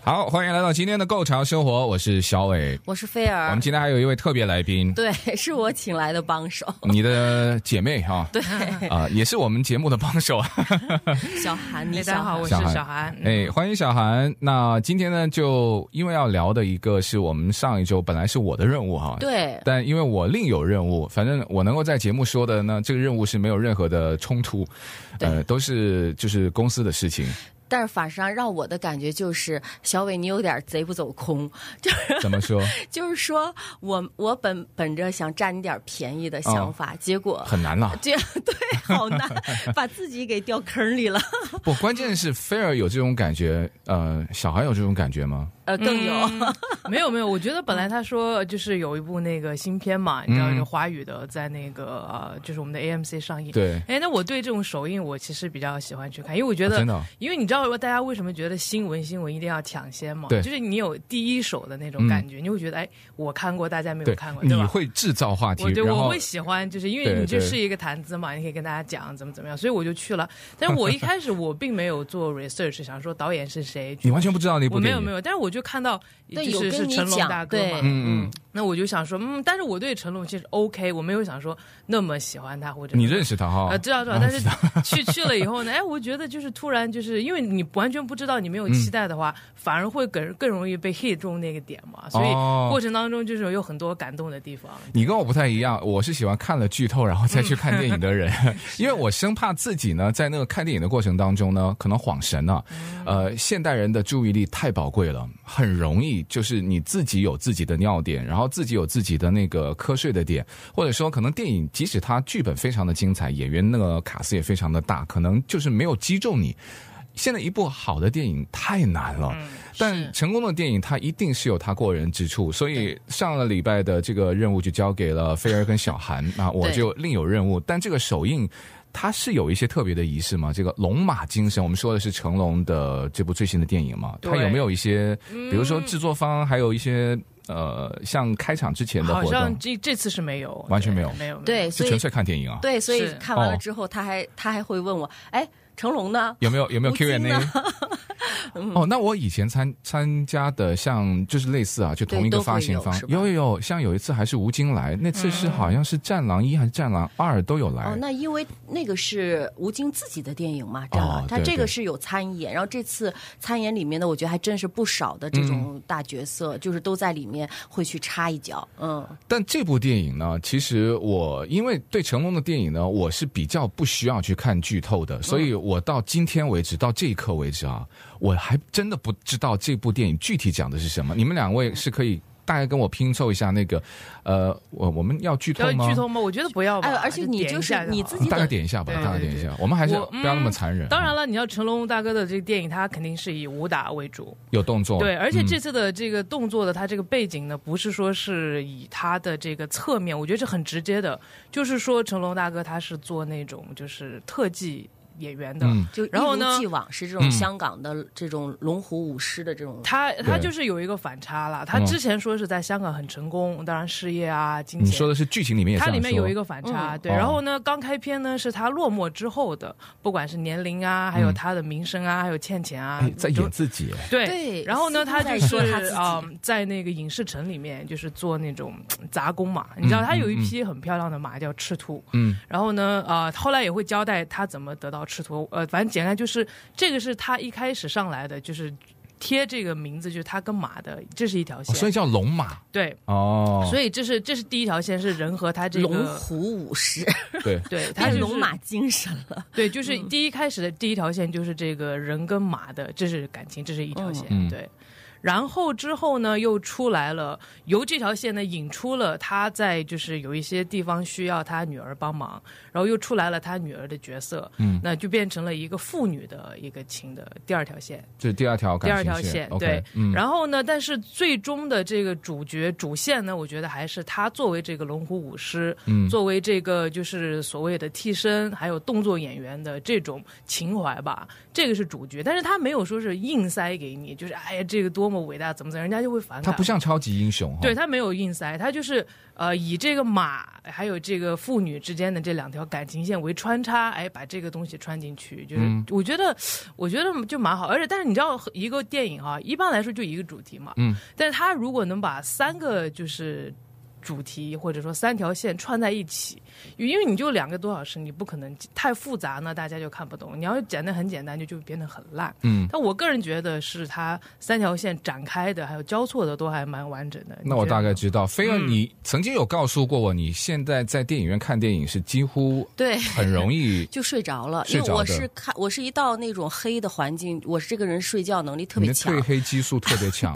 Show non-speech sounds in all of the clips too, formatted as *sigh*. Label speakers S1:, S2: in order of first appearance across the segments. S1: 好，欢迎来到今天的《购潮生活》，我是小伟。
S2: 我是菲
S1: 我
S2: 儿
S1: 们，今天还有一位特别来宾，
S2: 啊对， *laughs* 是我请来的帮手，
S1: 你的姐妹哈、
S2: 对，
S1: 啊、也是我们节目的帮手
S2: *laughs*
S1: 啊。
S2: 小 *laughs* 韩，你
S3: 大家好，我是
S1: 小韩
S3: 小韩。
S2: 嗯
S1: 哎，欢迎小韩。那今天呢，就因为要聊的一个是我们上一周本来是我的任务哈，，
S2: 对，
S1: 但因为我另有任务，反正我能够在节目说的呢，这个任务是没有任何的冲突，呃，都是就是公司的事
S2: *laughs*
S1: 情，
S2: 但是法上让我的感觉就是，小伟你有点贼不走空，就是
S1: 怎么说
S2: 就是说我我本本着想占你点便宜的
S1: 哦
S2: 想法，结 *laughs* 果
S1: 很难了。
S2: 这样对，好难，把自己给掉坑里了，
S1: 不，关键是菲儿有这种感觉，呃，小韩有这种感觉吗？
S2: 呃，更有、
S3: 嗯 *laughs* 没有没有，我觉得本来他说就是有一部那个新片嘛，你
S1: 嗯
S3: 知道有华语的在那个呃，就是我们的 AMC 上映。。
S1: 对，
S3: 哎，那我对这种首映我其实比较喜欢去看，因为我觉得，
S1: 啊真的哦
S3: 因为你知道大家为什么觉得新闻新闻一定要抢先嘛？
S1: 对
S3: 就是你有第一手的那种
S1: 嗯
S3: 感觉，你会觉得哎，我看过，大家没有
S1: 对
S3: 看，过，对
S1: 你
S3: 吧？
S1: 会制造话题，
S3: 我对
S1: 然
S3: 我
S1: 后
S3: 会喜欢，就是因
S1: 对
S3: 为
S1: 对
S3: 你就是一个谈资嘛，你可以跟大家讲怎么怎么样，所以我就去了。但是我一开始我并没有做 research，想说导演是谁，
S1: 你完全不知道那部
S3: 我没
S1: 电影，
S3: 有没有，但是我就看到就
S2: 对
S3: 是
S2: 有
S3: 是
S2: 跟你
S3: 成龙
S2: 讲
S3: 大哥
S2: 对
S3: 嘛，
S1: 嗯嗯，
S3: 那我就想说，嗯，但是我对成龙其实 OK，我没有想说那么喜欢他或者
S1: 你认识哦他哈、
S3: 啊，知道知道，但是
S1: *laughs*
S3: 去去了以后呢，哎，我觉得就是突然就是因为你完全不知道，你没有期待的话，反而会更更容易被 hit 中那个点嘛，所以
S1: 嗯哦
S3: 过程当中就是有很多感动的地方。
S1: 你跟我不太一样，我是喜欢看了剧透然后再去看电影的人，
S3: 嗯
S1: *laughs* 因为我生怕自己呢在那个看电影的过程当中呢，可能晃神了、
S3: 嗯
S1: 呃，现代人的注意力太宝贵了，很容易就是你自己有自己的尿点，然后自己有自己的那个瞌睡的点，或者说可能电影即使它剧本非常的精彩，演员那个卡斯也非常的大，可能就是没有击中你。现在一部好的电影太难了，
S3: 嗯
S1: 但成功的电影它一定是有它过人之处，所以上个礼拜的这个任务就交给了菲儿跟小韩啊，我
S2: 对
S1: 就另有任务。但这个首映它是有一些特别的仪式嘛？这个龙马精神，我们说的是成龙的这部最新的电影嘛，它
S3: 对嗯
S1: 有没有一些，比如说制作方还有一些呃，像开场之前的
S3: 好
S1: 活
S3: 像
S1: 动，
S3: 这这次是没有，
S1: 完全没
S3: 对
S1: 有
S3: 没有，没有
S2: 对，
S1: 是
S2: 所
S1: 纯
S2: 以
S1: 粹看电影啊？
S2: 对，所以
S3: 是
S2: 看完了
S1: 哦
S2: 之后，他还他还会问我，哎，成龙呢？
S1: 有没有有没有
S2: 吴京
S1: Q&A？ *laughs*
S2: 呢嗯
S1: 哦，那我以前参参加的像就是类似啊，就同一个
S2: 对都会
S1: 发行
S2: 有
S1: 方，
S2: 是吧嗯
S1: 有有有，像有一次还是吴京来，那次是好像是《战狼一》还是《战狼二》都有来。
S2: 哦，那因为那个是吴京自己的电影嘛，这样啊
S1: 哎哦
S2: 他
S1: 对
S2: 这
S1: 对
S2: 个是有参演，然后这次参演里面呢，我觉得还真是不少的这种大角色，就是都在里面会去插一脚，嗯，
S1: 但这部电影呢，其实我因为对成龙的电影呢，我是比较不需要去看剧透的，所
S2: 嗯
S1: 以我到今天为止，到这一刻为止啊，我还真的不知道这部电影具体讲的是什么。你们两
S2: 嗯
S1: 位是可以大概跟我拼凑一下那个，呃，我我们要剧透
S3: 要
S1: 吗？
S3: 剧透吗？我觉得不要吧。
S2: 哎而且你
S3: 点一
S2: 就是
S3: 下好
S2: 你
S3: 了
S2: 自己
S1: 大概点一下吧，
S3: 对
S1: 大概
S3: 对
S1: 点一
S3: 对
S1: 下，我们还是
S3: 我嗯
S1: 不要那么残忍。
S3: 当然了，你要成龙大哥的这个电影，他肯定是以武打为主，
S1: 有动作，
S3: 对。而且
S1: 嗯
S3: 这次的这个动作的他这个背景呢，不是说是以他的这个侧面，我觉得是很直接的，就是说成龙大哥他是做那种就是特技演员的，
S1: 嗯
S2: 就一
S3: 然后
S2: 如
S3: 呢
S2: 既往是
S1: 嗯
S2: 这种香港的这种龙虎舞狮的这种，
S3: 他他
S1: 对
S3: 就是有一个反差了。他
S1: 嗯
S3: 之前说是在香港很成功，当然事业啊、金
S1: 你
S3: 钱
S1: 说的是剧情里面也这
S3: 它
S1: 样
S3: 里面有一
S1: 个
S3: 个反差，
S2: 嗯
S3: 对。
S1: 哦
S3: 然后呢，刚开篇呢是他落寞之后的，不管是年龄啊，还有他的名声啊，还有欠钱啊，
S1: 嗯哎在
S3: 都
S1: 演自己，
S3: 对。
S2: 对
S3: 然后呢，
S2: 似乎
S3: 他
S2: 在
S3: 就是
S2: 说他自己
S3: 啊、嗯在那个影视城里面，就是做那种嗯杂工嘛。你知道，他有一匹很漂亮的马叫赤兔，
S1: 嗯，
S3: 然后呢，呃，后来也会交代他怎么得到赤兔。呃，反正简单就是这个是他一开始上来的，就是贴这个名字，就是他跟马的，这是一条
S1: 哦
S3: 线。
S1: 所以叫龙马
S3: 对，
S1: 哦，
S3: 所以这是这是第一条线，是人和他这个
S2: 龙虎舞狮，
S1: 对，
S3: 对，他
S2: 变
S3: 就是
S2: 龙马精神了，
S3: 对，就是
S1: 嗯
S3: 第一开始的第一条线就是这个人跟马的，这是感情，这是一条线，
S1: 嗯
S3: 对。然后之后呢，又出来了，由这条线呢引出了他在就是有一些地方需要他女儿帮忙，然后又出来了他女儿的角色，嗯，那就变成了一个父女的一个情的第二条线。
S1: 这是第二条
S3: 第
S1: 感
S3: 二
S1: 情
S3: 条线，
S1: OK，
S3: 对。
S1: 嗯，
S3: 然后呢，但是最终的这个主角主线呢，我觉得还是他作为这个龙虎舞狮，
S1: 嗯
S3: 作为这个就是所谓的替身，还有动作演员的这种情怀吧，这个是主角。但是他没有说是硬塞给你，就是哎呀这个多么伟大，怎么怎么样，人家就会反
S1: 他
S3: 感。
S1: 不像超级英雄哈，
S3: 嗯对他没有硬塞，他就是呃以这个马还有这个父女之间的这两条感情线为穿插，哎，把这个东西穿进去，就是、我觉得我觉得就蛮好，而且但是你知道一个电影啊哈，一般来说就一个主题嘛，
S1: 嗯，
S3: 但是他如果能把三个就是。主题或者说三条线串在一起，因为你就两个多小时，你不可能太复杂呢，大家就看不懂。你要讲的很简单，就就变得很烂。
S1: 嗯，
S3: 但我个人觉得是它三条线展开的，还有交错的都还蛮完整的。
S1: 那我
S3: 你觉得
S1: 大概知道，菲
S3: 嗯
S1: 儿，你曾经有告诉过我，你现在在电影院看电影是几乎
S2: 对。，
S1: 很容易
S3: *laughs*
S2: 就睡着了，
S1: 睡
S2: 因为
S1: 着
S2: 我
S1: 的
S2: 是看我是一到那种黑的环境，我是这个人睡觉能力特
S1: 你
S2: 别
S1: 的
S2: 强
S1: 褪，黑激素特别
S3: *laughs*
S1: 强，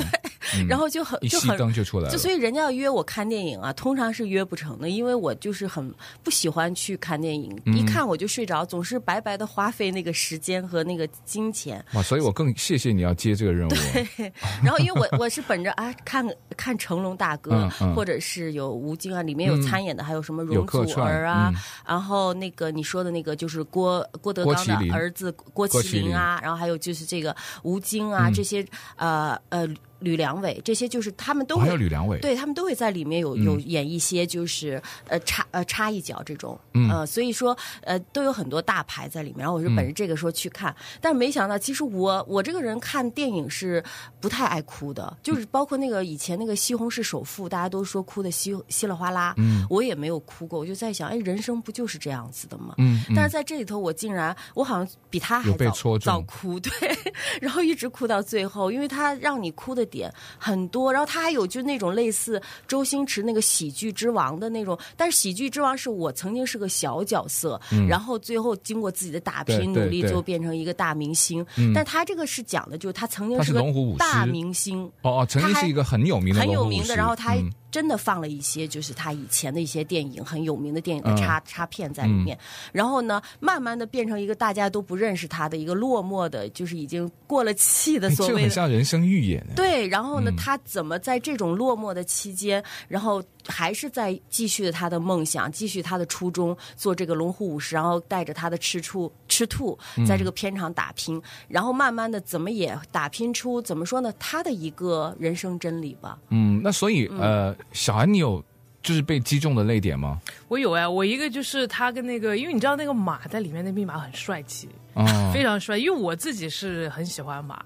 S2: 然后就很
S1: 一
S2: 就
S1: 熄
S2: 很
S1: 灯就出来了
S2: 就。所以人家要约我看电影啊，通常是约不成的，因为我就是很不喜欢去看电影，
S1: 嗯
S2: 一看我就睡着，总是白白的花费那个时间和那个金钱。 *laughs*
S1: 哇，所以我更谢谢你要接这个任务。哦
S2: 然后因为我我是本着啊看看成龙大哥
S1: 嗯，嗯
S2: 或者是有吴京啊，里面有参演的，还有什么
S1: 有
S2: 容
S1: 客
S2: 祖
S1: 串
S2: 儿啊
S1: 嗯，
S2: 然后那个你说的那个就是郭郭德
S1: 郭
S2: 纲
S1: 麒麟
S2: 的儿子郭
S1: 郭麒嗯
S2: 麒麟啊，然后还有就是这个吴京啊，这些呃呃吕良伟，这些就是他们都
S1: 我哦
S2: 会
S1: 还有吕良伟，
S2: 对他们都会在里面有
S1: 嗯
S2: 有演一些就是呃插呃插一脚这种，
S1: 嗯
S2: 呃，所以说呃都有很多大牌在里面。然后我是本着这个说去看，但是没想到其实我我这个人看电影是不太爱哭
S1: 嗯
S2: 的，就是包括那个以前那个《西红柿首富》，大家都说哭的稀稀里哗啦，
S1: 嗯
S2: 我也没有哭过。我就在想，哎，人生不就是这样子的吗？
S1: 嗯，嗯
S2: 但是在这里头，我竟然我好像比他还
S1: 有被
S2: 早
S1: 戳中
S2: 早哭， *laughs* 对，然后一直哭到最后，因为他让你哭的点很多，然后他还有就那种类似周星驰那个《喜剧之王》的那种，但是《喜剧之王》是我曾经是个小角色，然后最后经过自己的打拼
S1: 嗯对
S2: 努力，
S1: 对嗯
S2: 最后变成一个大明星。但他这个是讲的，就是他曾经
S1: 他是
S2: 个
S1: 龙虎舞狮
S2: 大明星，
S1: 哦哦，曾经
S2: 他还
S1: 是一个很有名的
S2: 很有
S1: 龙虎
S2: 名
S1: 武
S2: 的，
S1: 士
S2: 然后他
S1: 嗯
S2: 真的放了一些就是他以前的一些电影很有名的
S1: 嗯
S2: 电影的插、插片在里面，然后呢，慢慢的变成一个大家都不认识他的一个落寞的，就是已经过了气的
S1: 哎
S2: 所
S1: 这个
S2: 谓
S1: 很
S2: 的。
S1: 像嗯人生预哎演，
S2: 对，然后呢，他怎么在这种落寞的期间，然后还是在继续他的梦想，继续他的初衷，做这个龙虎舞狮，然后带着他的吃醋吃兔，
S1: 嗯
S2: 在这个片场打拼，然后慢慢的怎么也打拼出怎么说呢，他的一个人生真理吧。
S1: 嗯，那所以呃，小安你有就是被击中的泪点吗？
S3: 我有哎，我一个就是他跟那个，因为你知道那个马在里面那匹马很帅气，
S1: 哦，
S3: 非常帅。因为我自己是很喜欢马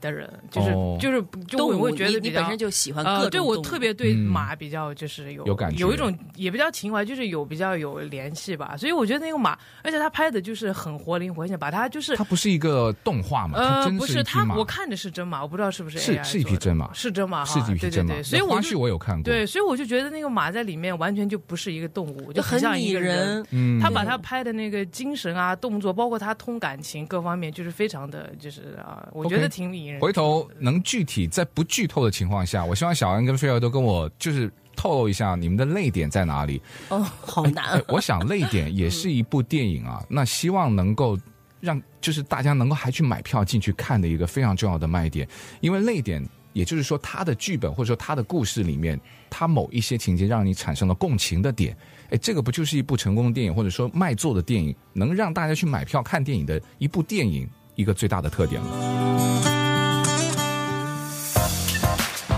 S3: 的人，就是、
S1: 哦
S3: 就是就
S2: 动
S3: 我
S2: 物，
S3: 会觉得
S2: 你
S3: 比
S2: 你
S3: 较
S2: 本身就喜欢各
S3: 呃，
S2: 种
S3: 对
S2: 动物
S3: 我特别对马比较就是有、
S1: 嗯有感觉
S3: 一种也比较情怀，就是有比较有联系吧。所以我觉得那个马，而且他拍的就是很活灵活现，把它就是
S1: 它不是一个动画嘛，它
S3: 呃
S1: 真
S3: 不
S1: 一匹
S3: 是他
S1: 马，，
S3: 我看的是真马，我不知道是不是
S1: 是
S3: AI
S1: 是一匹
S3: 做的
S1: 真马
S3: 是真马哈，
S1: 是一匹真马
S3: 对对对，，所以
S1: 那
S3: 我
S1: 花
S3: 就
S1: 絮我有看过，
S3: 对，所以我就觉得那个马在里面完全就不是一个动物，就像
S2: 拟
S3: 一个人。
S2: 人。
S1: 嗯，
S3: 他把他拍的那个精神啊、动作，包括他通感情各方面，就是非常的，就是啊，我觉
S1: OK
S3: 得挺引人。
S1: 回头能具体在不剧透的情况下，我希望小安跟菲儿都跟我就是透露一下你们的泪点在哪里。
S2: 哦，好难
S3: *laughs*
S1: 哎，我想泪点也是一部电影啊，那希望能够让就是大家能够还去买票进去看的一个非常重要的卖点，因为泪点。也就是说，它的剧本或者说它的故事里面，它某一些情节让你产生了共情的点，哎，这个不就是一部成功的电影，或者说卖座的电影，能让大家去买票看电影的一部电影，一个最大的特点了。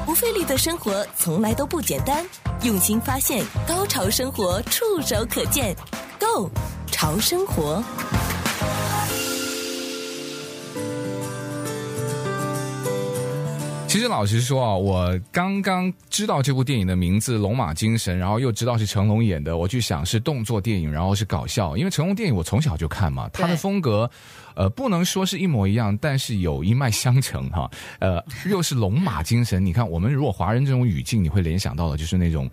S4: 不费力的生活从来都不简单，用心发现，高潮生活触手可见 g o 潮生活，
S1: 其实老实说啊，我刚刚知道这部电影的名字《龙马精神》，然后又知道是成龙演的，我去想是动作电影，然后是搞笑，因为成龙电影我从小就看嘛，他的风格，呃，不能说是一模一样，但是有一脉相承哈、呃，又是龙马精神。你看，我们如果华人这种语境，你会联想到的就是那种，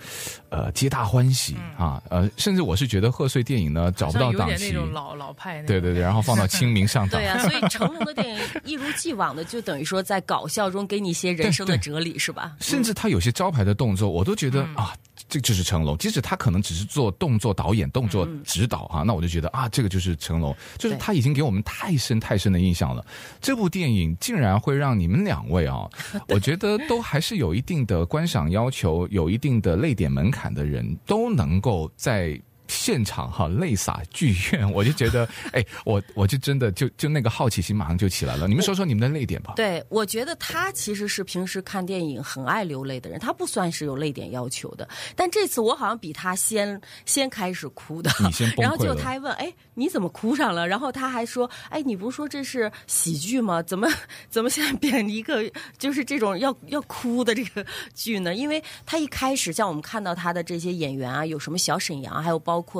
S1: 呃，皆大欢喜啊，呃，甚至我是觉得贺岁电影呢找不
S3: 嗯像
S1: 到
S3: 有
S1: 档
S3: 点那
S1: 期，
S3: 种老老派那种。
S1: 对对对，然后放到清明
S3: *laughs*
S1: 上档
S2: 对。啊，所以成龙的电影一如既往的，就等于说在搞笑中给你一些人生的哲理，是吧？
S1: 甚至他有些招牌的动作，我都觉得、
S2: 嗯
S1: 啊，这就是成龙。即使他可能只是做动作导演、动作指导啊，那我就觉得啊，这个就是成龙，就是
S2: 嗯对
S1: 他已经给我们太深太深的印象了。这部电影竟然会让你们两位啊，
S2: *laughs*
S1: 我觉得都还是有一定的观赏要求、有一定的泪点门槛的人，都能够在。现场哈泪洒剧院，我就觉
S2: *laughs*
S1: 得，哎，我我就真的就就那个好奇心马上就起来了。你们说说你们的泪点吧。
S2: 对，我觉得他其实是平时看电影很爱流泪的人，他不算是有泪点要求的。但这次我好像比他先先开始哭的，
S1: 你先崩溃了
S2: 然后就他还问：“哎，你怎么哭上了？”然后他还说：“哎，你不是说这是喜剧吗？怎么怎么现在变成一个就是这种要要哭的这个剧呢？”因为他一开始像我们看到他的这些演员啊，有什么小沈阳，还有包括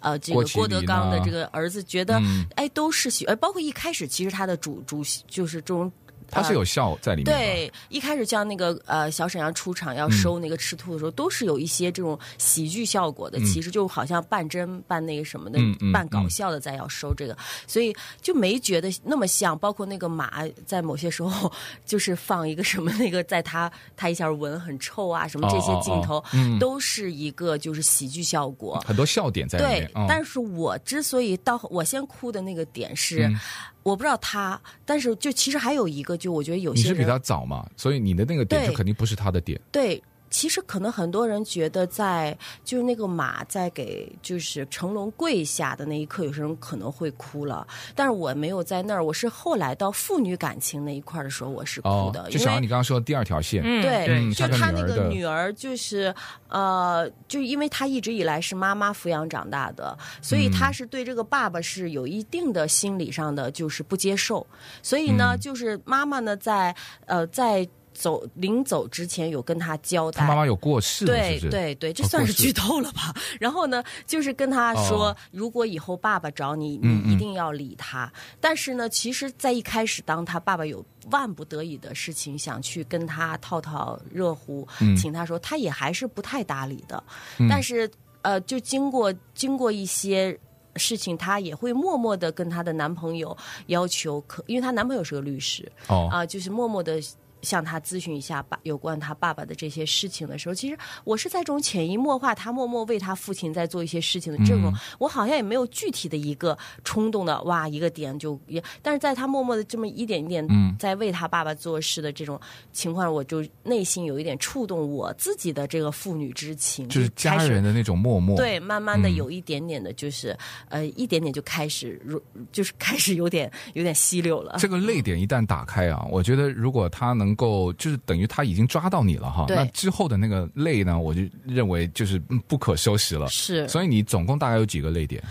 S2: 呃这
S1: 郭
S2: 个
S1: 麒麟
S2: 郭德纲的
S1: 啊
S2: 这个儿子，觉得、哎都是喜，哎包括一开始其实他的主主就是这种。
S1: 他是
S2: 呃
S1: 有笑在里面的。
S2: 对，一开始像那个呃小沈阳出场要收那个赤兔的时候，都是有一些这种喜剧效果的，其实就好像半真半那个什么的，
S1: 嗯嗯
S2: 半搞笑的在要收这个，所以就没觉得那么像。包括那个马在某些时候就是放一个什么那个，在他他一下闻很臭啊什么这些
S1: 哦哦哦
S2: 镜头，
S1: 嗯
S2: 都是一个就是喜剧效果。
S1: 很多笑点在里
S2: 对
S1: 面。，嗯
S2: 但是我之所以到我先哭的那个点是，
S1: 嗯
S2: 我不知道他，但是就其实还有一个，就我觉得有
S1: 你
S2: 些
S1: 是比
S2: 人
S1: 他早嘛，所以你的那个点
S2: 对
S1: 就肯定不是他的点。
S2: 对，其实可能很多人觉得在就是那个马在给就是成龙跪下的那一刻，有些人可能会哭了，但是我没有在那儿，我是后来到父女感情那一块儿的时候，我是哭
S1: 哦
S2: 的，，
S1: 就
S2: 因
S1: 是好像
S2: 为
S1: 你。刚刚说的第二条线，
S3: 嗯
S2: 对，
S3: 对
S1: 嗯
S2: 就
S1: 他跟
S2: 他
S1: 女
S2: 那
S1: 儿
S2: 个
S1: 的
S2: 女儿，就是呃，就因为他一直以来是妈妈抚养长大的，所
S1: 嗯
S2: 以他是对这个爸爸是有一定的心理上的就是不接受，所以
S1: 嗯
S2: 呢，就是妈妈呢在呃在走临走之前有跟他交代，
S1: 他妈妈有过世了，是
S2: 对
S1: 不是？
S2: 对对，这
S1: 哦
S2: 算
S1: 过
S2: 是
S1: 世
S2: 剧透了吧？然后呢，就是跟他说，
S1: 哦
S2: 如果以后爸爸找你，
S1: 嗯
S2: 你一
S1: 嗯
S2: 定要理他。但是呢，其实，在一开始，当他爸爸有万不得已的事情想去跟他套套热乎，
S1: 嗯
S2: 请他说，他也还是不太搭理的。但是呃，就经过经过一些。事情她也会默默的跟她的男朋友要求可，因为她男朋友是个律师，
S1: 哦，
S2: 啊、就是默默的向他咨询一下爸有关他爸爸的这些事情的时候，其实我是在这种潜移默化，他默默为他父亲在做一些事情的这
S1: 嗯
S2: 种，我好像也没有具体的一个冲动的哇一个点就也，但是在他默默的这么一点一点
S1: 嗯
S2: 在为他爸爸做事的这种情况，我就内心有一点触动我自己的这个父女之情，
S1: 就是家
S2: 开始
S1: 人的那种默默。
S2: 对，慢慢的
S1: 嗯
S2: 有一点点的，就是、呃，一点点就开始，如就是开始有点有点吸溜了。
S1: 这个泪点一旦打开啊，我觉得如果他能够，就是等于他已经抓到你了哈，
S2: 对
S1: 那之后的那个泪呢，我就认为就是嗯不可收拾了。
S2: 是，
S1: 所以你总共大概有几个泪点？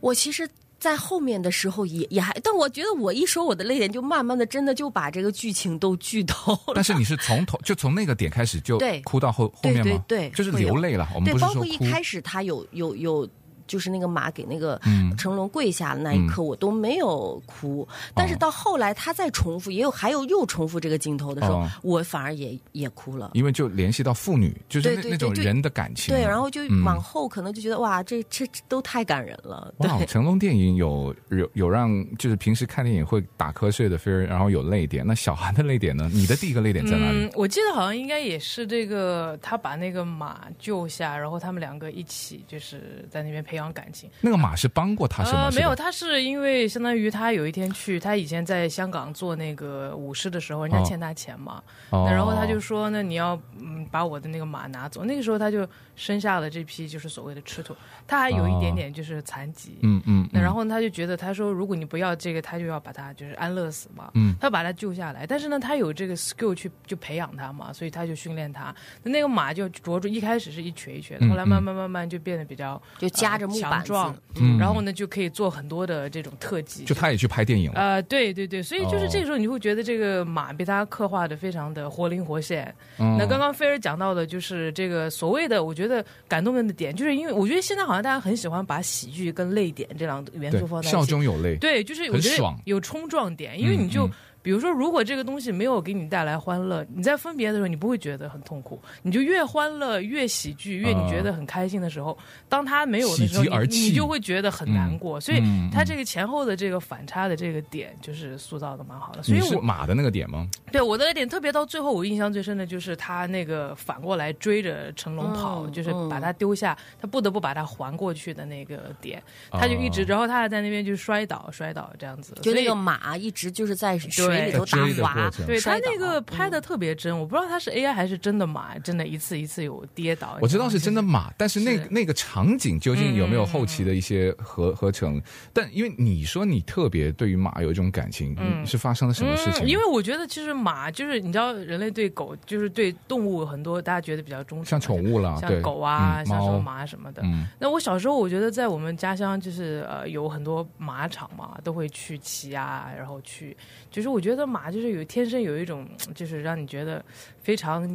S2: 我其实。在后面的时候也也还，但我觉得我一说我的泪点，就慢慢的真的就把这个剧情都剧透了。
S1: 但是你是从头就从那个点开始就
S2: 对
S1: 哭到后后面吗？
S2: 对对对
S1: 就是
S2: 会有
S1: 流泪了。我们
S2: 对
S1: 不，是
S2: 包
S1: 说
S2: 括一
S1: 哭。
S2: 开始他有有有，就是那个马给那个
S1: 嗯
S2: 成龙跪下的那一刻，我都没有哭。但
S1: 哦
S2: 是到后来他再重复，也有还有又重复这个镜头的时候，
S1: 哦
S2: 我反而也也哭了。
S1: 因为就联系到妇女，就是那
S2: 对对对
S1: 那种
S2: 对
S1: 人的感情。
S2: 对，然后就
S1: 嗯
S2: 往后可能就觉得、哇，这这这都太感人了。对
S1: 哇，哦成龙电影有有有让就是平时看电影会打瞌睡的 feel，然后有泪点。那小韩的泪点呢？你的第一个泪点在哪里？
S3: 嗯，我记得好像应该也是这个，他把那个马救下，然后他们两个一起就是在那边培养感情。
S1: 那个马是帮过他什么？
S3: 呃，
S1: 是吧
S3: 没有，他是因为相当于他有一天去，他以前在香港做那个舞狮的时候，人家
S1: 哦
S3: 欠他钱嘛，
S1: 哦
S3: 那然后他就说：“那你要嗯把我的那个马拿走。”那个时候他就生下了这匹就是所谓的赤兔，他还有一点点就是残疾。
S1: 嗯嗯，
S3: 那然
S1: 后
S3: 后他就觉得，他说如果你不要这个，他就要把他就是安乐死嘛，
S1: 嗯
S3: 他把他救下来。但是呢，他有这个 skill 去就培养他嘛，所以他就训练他。那那个马就着重一开始是一瘸一瘸的，
S1: 嗯
S3: 后来慢慢慢慢就变得比较
S2: 就
S3: 呃
S2: 夹着木
S3: 强
S2: 板子，
S3: 壮，
S1: 嗯
S3: 然后呢就可以做很多的这种特技，
S1: 就他也去拍电影了。
S3: 呃，对对对，所以就是
S1: 哦
S3: 这个时候你会觉得这个马被他刻画的非常的活灵活现。
S1: 嗯
S3: 那刚刚菲儿尔讲到的，就是这个所谓的，我觉得感动人的点，就是因为我觉得现在好像大家很喜欢把喜剧跟泪点这两个元
S1: 对
S3: 素放，在一
S1: 笑
S3: 起，
S1: 中有泪，
S3: 对，就是我
S1: 很
S3: 觉得
S1: 爽
S3: 有冲撞点，因为
S1: 嗯
S3: 你就、
S1: 嗯
S3: 比如说，如果这个东西没有给你带来欢乐，你在分别的时候你不会觉得很痛苦，你就越欢乐越喜剧，越你觉得很开心的时候，当它没有的时
S1: 喜极
S3: 候，
S1: 而
S3: 你
S1: 泣
S3: 你就会觉得很难过。所以
S1: 嗯
S3: 它
S1: 嗯
S3: 这个前后的这个反差的这个点，就是塑造的蛮好的。所
S1: 你
S3: 以
S1: 是
S3: 我哦
S1: 马的那个点吗？
S3: 对我的点特别到最后，我印象最深的就是他那个反过来追着成龙跑，
S2: 嗯
S3: 就是把他丢下，他不得不把他还过去的那个点，
S1: 哦
S3: 他就一直，然后他还在那边就摔倒摔倒这样子，
S2: 就那个
S3: 所以。
S2: 马一直就是在水里头打
S1: 在追的过
S2: 滑
S1: 程，
S3: 对他
S2: 摔倒啊嗯
S3: 那个拍的特别真，我不知道他是 AI 还是真的马，真的一次一次有跌倒。
S1: 我知道是真的
S3: 你
S1: 马，但是那
S3: 是嗯
S1: 那个场景究竟有没有后期的一些合合成？但因为你说你特别对于马有一种感情，嗯、是发生了什么
S3: 知
S1: 事
S3: 道吗，
S1: 情？
S3: 嗯，因为我觉得其实马就是你知道，人类对狗就是对动物很多大家觉得比较忠诚嘛，
S1: 像宠物啦，
S3: 就
S1: 对，
S3: 像狗啊，
S1: 嗯
S3: 像什么
S1: 猫，
S3: 马什么的。
S1: 嗯，
S3: 那我小时候，我觉得在我们家乡就是呃有很多马场嘛，都会去骑啊，然后去，就是我觉得马就是有天生有一种，就是让你觉得非常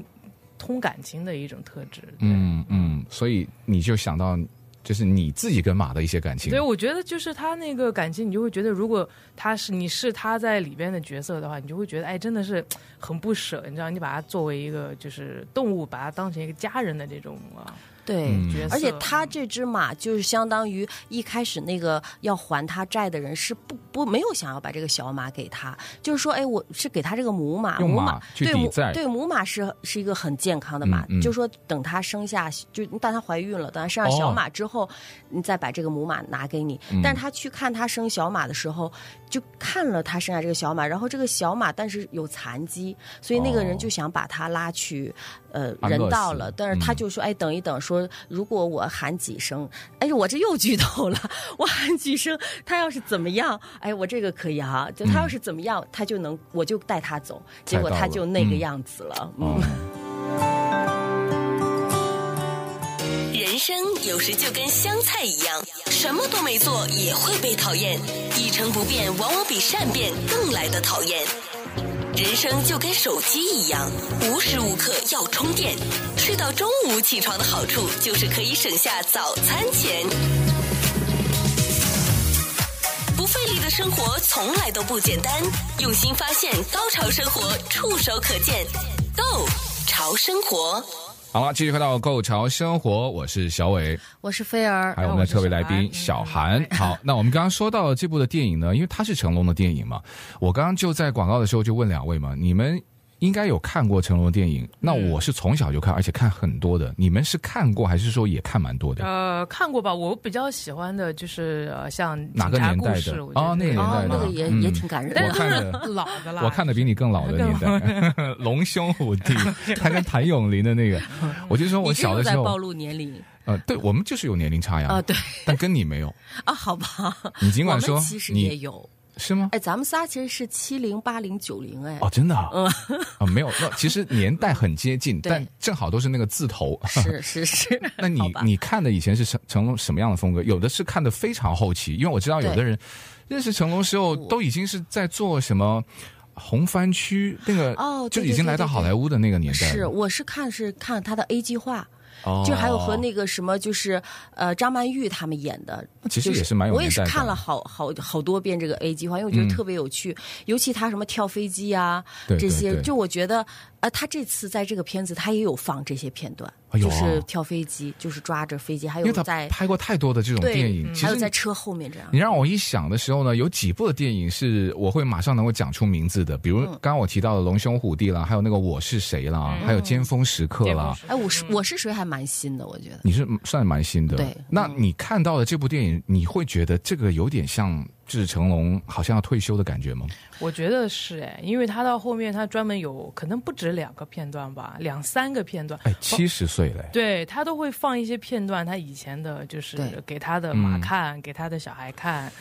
S3: 通感情的一种特质。对
S1: 嗯嗯，所以你就想到就是你自己跟马的一些感情
S3: 对，。我觉得就是他那个感情，你就会觉得，如果他是你是他在里边的角色的话，你就会觉得，哎，真的是很不舍，你知道，你把它作为一个就是动物，把它当成一个家人的这种啊
S2: 对。
S1: 嗯
S3: 角色。
S2: 而且他这只马就是相当于一开始那个要还他债的人是不不没有想要把这个小马给他，就是说，哎，我是给他这个母马，
S1: 用
S2: 母
S1: 马
S2: 马
S1: 去
S2: 对
S1: 抵
S2: 母
S1: 债
S2: 对母马是是一个很健康的马，
S1: 嗯嗯
S2: 就是说等它生下就当它怀孕了，等它生下
S1: 哦
S2: 小马之后，你再把这个母马拿给你。
S1: 嗯
S2: 但是他去看他生小马的时候，就看了他生下这个小马，然后这个小马但是有残疾，所以那个
S1: 哦
S2: 人就想把他拉去呃
S1: 安
S2: 人
S1: 乐
S2: 道
S1: 死
S2: 了，但是他
S1: 嗯
S2: 就说：“哎，等一等，说如果我喊几声，哎，我这又剧透了， *laughs* 我喊几声，他要是怎么样，哎，我这个可以哈、就他要是怎么样，他就能，我就带他走，结
S1: 猜
S2: 果
S1: 到
S2: 他
S1: 了
S2: 就那个
S1: 嗯
S2: 样子了，嗯。
S1: 哦
S4: 人生有时就跟香菜一样，什么都没做也会被讨厌，一成不变往往比善变更来的讨厌。人生就跟手机一样，无时无刻要充电。睡到中午起床的好处就是可以省下早餐钱。不费力的生活从来都不简单，用心发现，高潮生活触手可见 Go 潮生活。
S1: *laughs* 好了，继续回到《购潮生
S3: 哎
S1: 活》，我是小伟。
S2: 我是菲儿
S1: 还有我们的特别来
S3: 嗯
S1: 宾小韩。好，那我们刚刚说到了这部的电影呢，因为它是成龙的电影嘛，我刚刚就在广告的时候就问两位嘛，你们。应该有看过成龙的电影，那
S3: 嗯
S1: 我是从小就看，而且看很多的。你们是看过还是说也看蛮多的？
S3: 呃，看过吧？我比较喜欢的就是呃，像
S1: 哪个
S3: 警察
S1: 年代
S3: 故
S1: 的
S3: 事我觉
S1: 哦
S3: 得
S1: 那个年
S2: 哦
S1: 代，的
S2: 那个也、
S1: 嗯
S2: 也挺感人
S3: 但
S1: 我
S3: 是
S2: 的。
S3: 都
S1: 看
S3: 是
S1: 的
S3: 老的啦。
S1: 我看的比你更老的年 *laughs* 代，龙兄虎弟，他跟谭咏麟的那
S2: *laughs*
S1: 个，我就说我
S2: 你这
S1: 小
S2: 又
S1: 的时
S2: 在暴
S1: 候，
S2: 露年龄
S1: 呃，对我们就是有年龄差呀，
S2: 啊？对
S1: 但跟你没有。
S2: 啊，好吧，
S1: 你 *laughs* 尽
S2: 我
S1: 管
S2: 们
S1: 说
S2: 其实也
S1: 你
S2: 有，
S1: 是吗？
S2: 哎，咱们仨其实是七零、八零、九零，哎，
S1: 哦，真的
S2: *laughs*
S1: 啊，啊没有，那其实年代很接近，
S2: 对
S1: 但正好都是那个字
S2: *laughs*
S1: 头。
S2: 是是是。
S1: *laughs* 那
S2: 好
S1: 你
S2: 吧
S1: 你看的以前是成成龙什么样的风格？有的是看的非常后期，因为我知道有的
S2: 对 *laughs*
S1: 人认识成龙时候都已经是在做什么红番区那个，
S2: 哦对
S1: 就
S2: 对
S1: 已经
S2: 对
S1: 来到
S2: 对
S1: 好
S2: 对
S1: 莱坞的那个年代了。
S2: 是，我是看是看他的 A 计划，
S1: 哦，
S2: 就还有和那个什么，就是呃张曼玉他们演的，
S1: 那其实
S2: 就
S1: 也是蛮有
S2: 我也
S1: 年
S2: 是
S1: 代
S2: 看
S1: 感
S2: 了
S1: 的嗯
S2: 好好好多遍这个 A 计划，因为我觉得特别有趣，尤其他什么跳飞机啊
S1: 对对
S2: 这些，
S1: 对
S2: 就我觉得呃他这次在这个片子他也有放这些片段，
S1: 哎呦
S2: 就
S1: 啊
S2: 是跳飞机，就是抓着飞机，还
S1: 因为
S2: 有
S1: 他
S2: 在
S1: 拍过太多的这种
S2: 对嗯
S1: 电影，其
S2: 还
S1: 实
S2: 有在
S1: 你
S2: 车后面这样
S1: 你。让我一想的时候呢，有几部的电影是我会马上能够讲出名字的，比如刚刚我提到的《龙兄虎弟》啦，还有那个《我是谁》啦，还有《尖峰时刻》
S3: 见过
S1: 啦。
S3: 是
S2: 哎，我
S1: 嗯
S2: 是我是谁还蛮新的，我觉得。
S1: 你是算蛮新的，
S2: 对
S1: 那你看到的这部电影，你会觉得这个有点像就是成龙好像要退休的感觉吗？
S3: 我觉得是哎，因为他到后面他专门有可能不止两个片段吧，两三个片段。
S1: 哎，七十岁嘞，
S3: 对他都会放一些片段，他以前的就是
S2: 对
S3: 给他的
S1: 嗯
S3: 马看，给他的小孩看。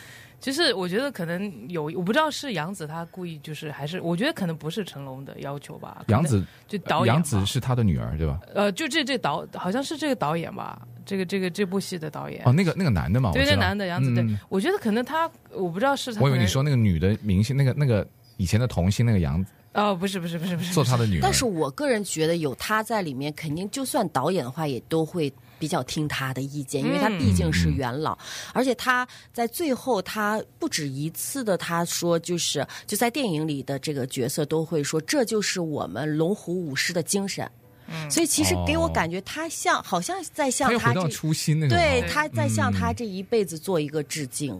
S3: 就是我觉得可能有，我不知道是杨紫她故意就是还是，我觉得可能不是成龙的要求吧。可能
S1: 杨紫，
S3: 就导演嘛
S1: 杨紫是他的女儿对吧？
S3: 呃，就这这导好像是这个导演吧，这个这个这部戏的导演。
S1: 哦，那个那个男的嘛，
S3: 对，
S1: 我知
S3: 那
S1: 道
S3: 男的杨紫，对
S1: 嗯嗯，
S3: 我觉得可能他，我不知道是他。
S1: 我以为你说那个女的明星，那个那个以前的童星那个杨
S3: 哦，不是不是不是不是，
S1: 做他的女儿。
S2: 但是我个人觉得有他在里面，肯定就算导演的话，也都会比较听他的意见，因为他
S3: 嗯
S2: 毕竟是元老，而且他在最后他不止一次的他说，就是就在电影里的这个角色都会说，这就是我们龙虎武师的精神。
S3: 嗯
S2: 所以其实给我感觉他像，好像在向
S1: 哦他又
S2: 他
S1: 回到
S2: 这，
S1: 初嗯心那种。啊
S2: 对，他在向他这一辈子做一个致敬。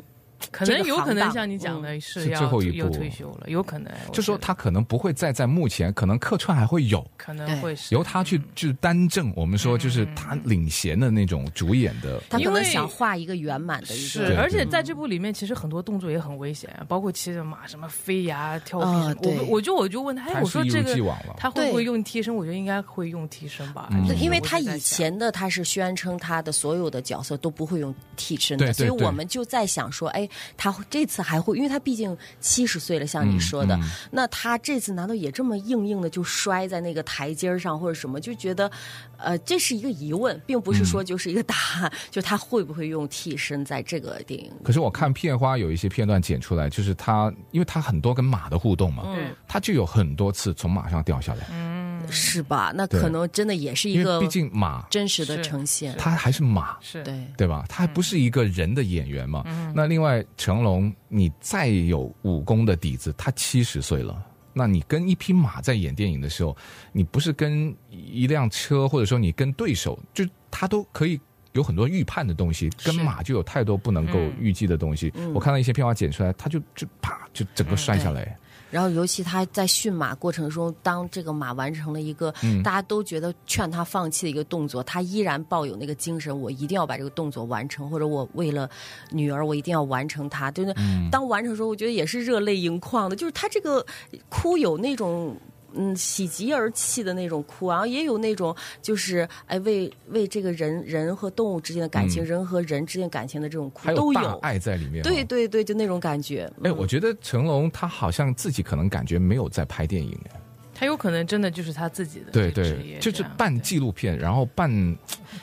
S3: 可
S2: 这
S3: 能
S2: 个
S3: 有可
S2: 行
S3: 能
S2: 当
S3: 像你讲的
S1: 嗯是
S3: 是要
S1: 最后一
S3: 要
S1: 步啊
S3: 退休了，有可能我
S1: 就说
S3: 觉得
S1: 他可能不会再在幕前，可能客串还会有，
S3: 可能
S2: 对
S3: 会是
S1: 由他去去担正。我们说就是他领衔的那种主演的，
S2: 他可
S3: 因为
S2: 能想画一个圆满的一个
S3: 是，
S1: 对
S3: 而且在这部里面，其实很多动作也很危险，啊包括骑着马什么飞呀、跳
S2: 啊
S3: 壁什么。
S2: 对
S3: 我我就我就问他，哎，
S1: 还
S3: 我
S1: 是
S3: 说
S1: 一
S3: 这
S1: 如
S3: 个
S1: 既往了
S3: 他会不会
S2: 对
S3: 用替身？我觉得应该会用替身吧，
S1: 嗯
S3: 就是
S2: 因为
S3: 我
S2: 他
S3: 就在
S2: 以
S3: 想
S2: 前的他是宣称他的所有的角色都不会用替身的，
S1: 对对
S2: 所以
S1: 对
S2: 我们就在想说，哎，他会这次还会，因为他毕竟七十岁了，像
S1: 嗯
S2: 你说的，
S1: 嗯
S2: 那他这次难道也这么硬硬的就摔在那个台阶儿上或者什么？就觉得，呃，这是一个疑问，并不是
S1: 嗯
S2: 说就是一个答案， *laughs* 就他会不会用替身在这个电影里？
S1: 可是我看片花有一些片段剪出来，就是他，因为他很多跟马的互动嘛，
S3: 嗯
S1: 他就有很多次从马上掉下来，
S2: 是吧？那
S1: 对
S2: 可能真的也是嗯一
S1: 因为
S2: 个
S1: 毕竟马
S2: 真实的
S3: 是
S2: 呈现，
S1: 他还是马，
S3: 是
S2: 对。
S1: 对吧？他还不是一个人的演员嘛。那另外，成龙你再有武功的底子，他七十岁了。那你跟一匹马在演电影的时候，你不是跟一辆车，或者说你跟对手，就他都可以有很多预判的东西，跟马就有太多不能够预计的东西。我看到一些片花剪出来，他就就啪就整个摔下来，
S2: 然后，尤其他在驯马过程中，当这个马完成了一个、
S1: 嗯
S2: 大家都觉得劝他放弃的一个动作，他依然抱有那个精神，我一定要把这个动作完成，或者我为了女儿，我一定要完成它。就是、
S1: 嗯
S2: 当完成的时候，我觉得也是热泪盈眶的，就是他这个哭有那种。嗯，喜极而泣的那种哭，然后也有那种就是哎，为为这个人人和动物之间的感情，人和人之间感情的这种哭
S1: 嗯还有
S2: 都
S1: 大
S2: 有，
S1: 爱啊在里面、
S2: 对。对对，就那种感觉。
S1: 哎，我觉得成龙他好像自己可能感觉没有在拍电影，哎
S3: 他有可能真的就是他自己的
S1: 对
S3: 这个职
S1: 对
S3: 业，
S1: 就是
S3: 这样
S1: 半
S3: 对
S1: 纪录片，然后半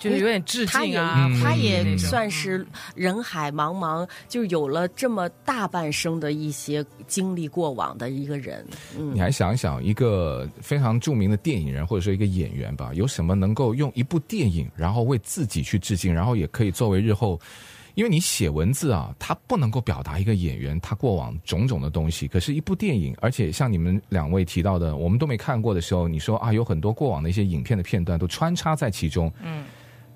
S3: 就是有点致
S2: 他
S3: 敬
S2: 也、
S3: 啊，
S1: 嗯
S2: 他
S3: 或者那
S2: 也
S3: 种
S2: 算是人海茫茫，就有了这么大半生的一些经历过往的一个人。
S1: 你还想一想，一个非常著名的电影人或者说一个演员吧，有什么能够用一部电影，然后为自己去致敬，然后也可以作为日后，因为你写文字啊，它不能够表达一个演员他过往种种的东西。可是，一部电影，而且像你们两位提到的，我们都没看过的时候，你说啊，有很多过往的一些影片的片段都穿插在其中，嗯，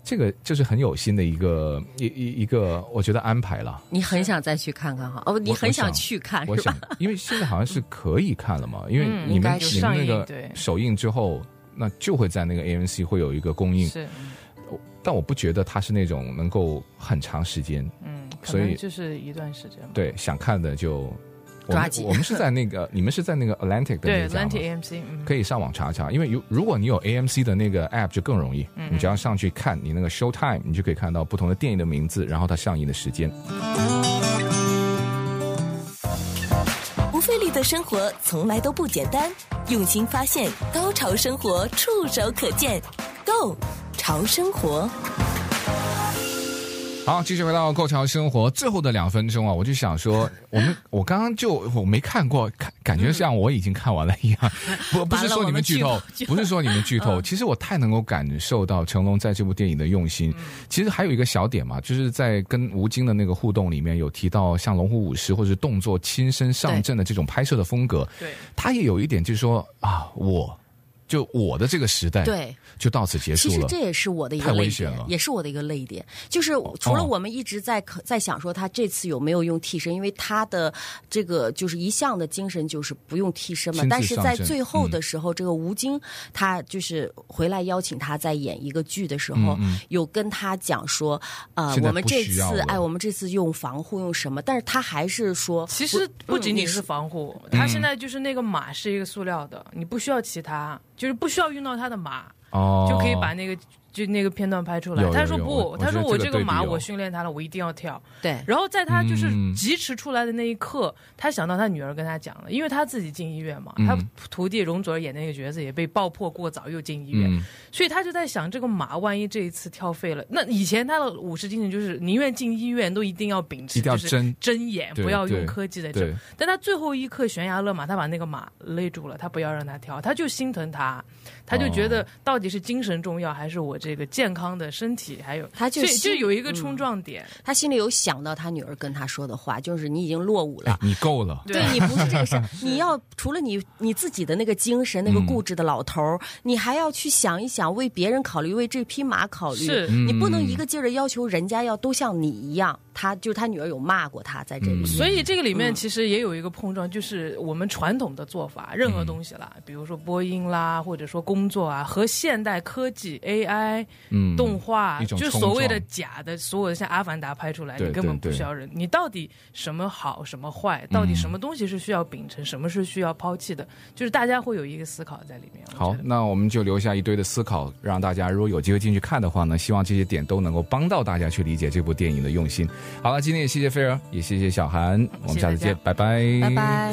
S1: 这个就是很有心的一个一一一个，我觉得安排了。
S2: 你很想再去看看哈？哦，你
S1: 我
S2: 很
S1: 想
S2: 去看
S1: 我
S2: 是吧
S1: 想？，因为现在好像是可以看了嘛，因为
S3: 嗯
S1: 你
S2: 应
S1: 们
S2: 该
S1: 你
S2: 是
S1: 们那
S3: 上映
S1: 个
S3: 对
S1: 首映之后，那就会在那个 AMC 会有一个公映，
S3: 嗯是
S1: 但我不觉得它是那种能够很长时间。
S3: 嗯，可
S1: 所以
S3: 能就是一段时间吧。
S1: 对，想看的就我
S2: 抓
S1: 们
S2: 紧
S1: 我们是在那个你们是在那个 Atlantic 的那
S3: 对
S1: 家
S3: l
S1: 吗
S3: t i AMC，嗯，
S1: 可以上网查查，因为有如果你有 AMC 的那个 app 就更容易，你只要上去看你那个 Showtime，你就可以看到不同的电影的名字，然后它上映的时间。
S4: 不费力的生活从来都不简单，用心发现，高潮生活触手可见 g o 潮生活。
S1: 好，继续回到《购潮生活》最后的两分钟啊，我就想说，我们我刚刚就我没看过，看感觉像我已经看完了一样，不不是说你们剧
S2: 我
S1: 透
S2: 们剧，
S1: 不是说你们剧透，其实我太能够感受到成龙在这部电影的用心。其实还有一个小点嘛，就是在跟吴京的那个互动里面有提到，像龙虎舞狮或者是动作亲身上阵的这种拍摄的风格，
S3: 对，
S1: 他也有一点就是说啊，我就我的这个时代，
S2: 对，
S1: 就到此结束
S2: 其实
S1: 了。
S2: 这也是我的一
S1: 太
S2: 个
S1: 危
S2: 泪
S1: 险
S2: 点
S1: 了，
S2: 也是我的一个泪点。就是
S1: 哦
S2: 除了我们一直在可在想说他这次有没有用替身，因为他的这个就是一向的精神就是不用替身嘛
S1: 亲。自
S2: 但是
S1: 上
S2: 在
S1: 阵嗯
S2: 最后的时候，这个吴京他就是回来邀请他在演一个剧的时候，有跟他讲说，呃，
S1: 嗯现在
S2: 我们
S1: 不
S2: 这
S1: 需要
S2: 次
S1: 了
S2: 哎，我们这次用防护用什么？但是他还是说，
S3: 其实
S2: 不
S3: 不仅仅
S2: 嗯
S3: 是防护，它现在就是那个马是一个塑料的，你不需要骑它，就是不需要用到它的马，
S1: 哦，
S3: 就可以把那个就那个片段拍出来
S1: 有，有
S3: 他说
S1: 有
S3: 不
S1: 我，
S3: 他说
S1: 我
S3: 我
S1: 觉得这个
S3: 这个
S1: 对比
S3: 马
S1: 有
S3: 我训练它了，我一定要跳。
S2: 对，
S3: 然后在他就是
S1: 嗯
S3: 疾驰出来的那一刻，他想到他女儿跟他讲了，因为他自己进医院嘛，
S1: 嗯
S3: 他徒弟容祖儿演那个角色也被爆破过早又进医院，
S1: 嗯
S3: 所以他就在想，这个马万一这一次跳废了，那以前他的武士精神就是宁愿进医院都一定要秉持，
S1: 一定要
S3: 就是
S1: 真
S3: 睁眼，
S1: 对
S3: 不要
S1: 对
S3: 用科技的这
S1: 对，
S3: 但他最后一刻悬崖勒马，他把那个马勒住了，他不要让他跳，他就心疼他，他就觉
S1: 哦
S3: 得到底是精神重要还是我这个健康的身体，还有
S2: 他就
S3: 所以
S2: 心嗯
S3: 就有一个冲撞点，
S2: 他心里有想到他女儿跟他说的话，就是你已经落伍了
S3: 啊
S1: 哎，。你够了，
S3: 对
S2: 对你不是这个事儿，嗯你要除了你你自己的那个精神、那个固执的老头儿，你还要去想一想，为别人考虑，为这匹马考虑。
S3: 是
S2: 你不能一个劲儿的要求人家要都像你一样。他就是他女儿有骂过他在这里，
S3: 所以这个里
S1: 嗯
S3: 面其实也有一个碰撞，就是我们传统的做法，任
S1: 嗯
S3: 何东西啦，比如说播音啦，或者说工作啊，和现代科技 AI、
S1: 嗯，
S3: 动画，
S1: 一种
S3: 就是
S1: 冲
S3: 所谓的
S1: 撞
S3: 假的，所有的像《阿凡达》拍出来，
S1: 对
S3: 你根本
S1: 对嗯
S3: 不
S1: 对
S3: 需要人，你到底什么好，什么坏，到底什么东西是需要秉承，什么是需要抛弃的，就是大家会有一个思考在里面。我
S1: 好
S3: 觉，得
S1: 那我们就留下一堆的思考，让大家如果有机会进去看的话呢，希望这些点都能够帮到大家去理解这部电影的用心。好了，今天也谢谢菲儿，也谢谢小韩，我们下次
S3: 谢谢
S1: 见，拜
S2: 拜拜。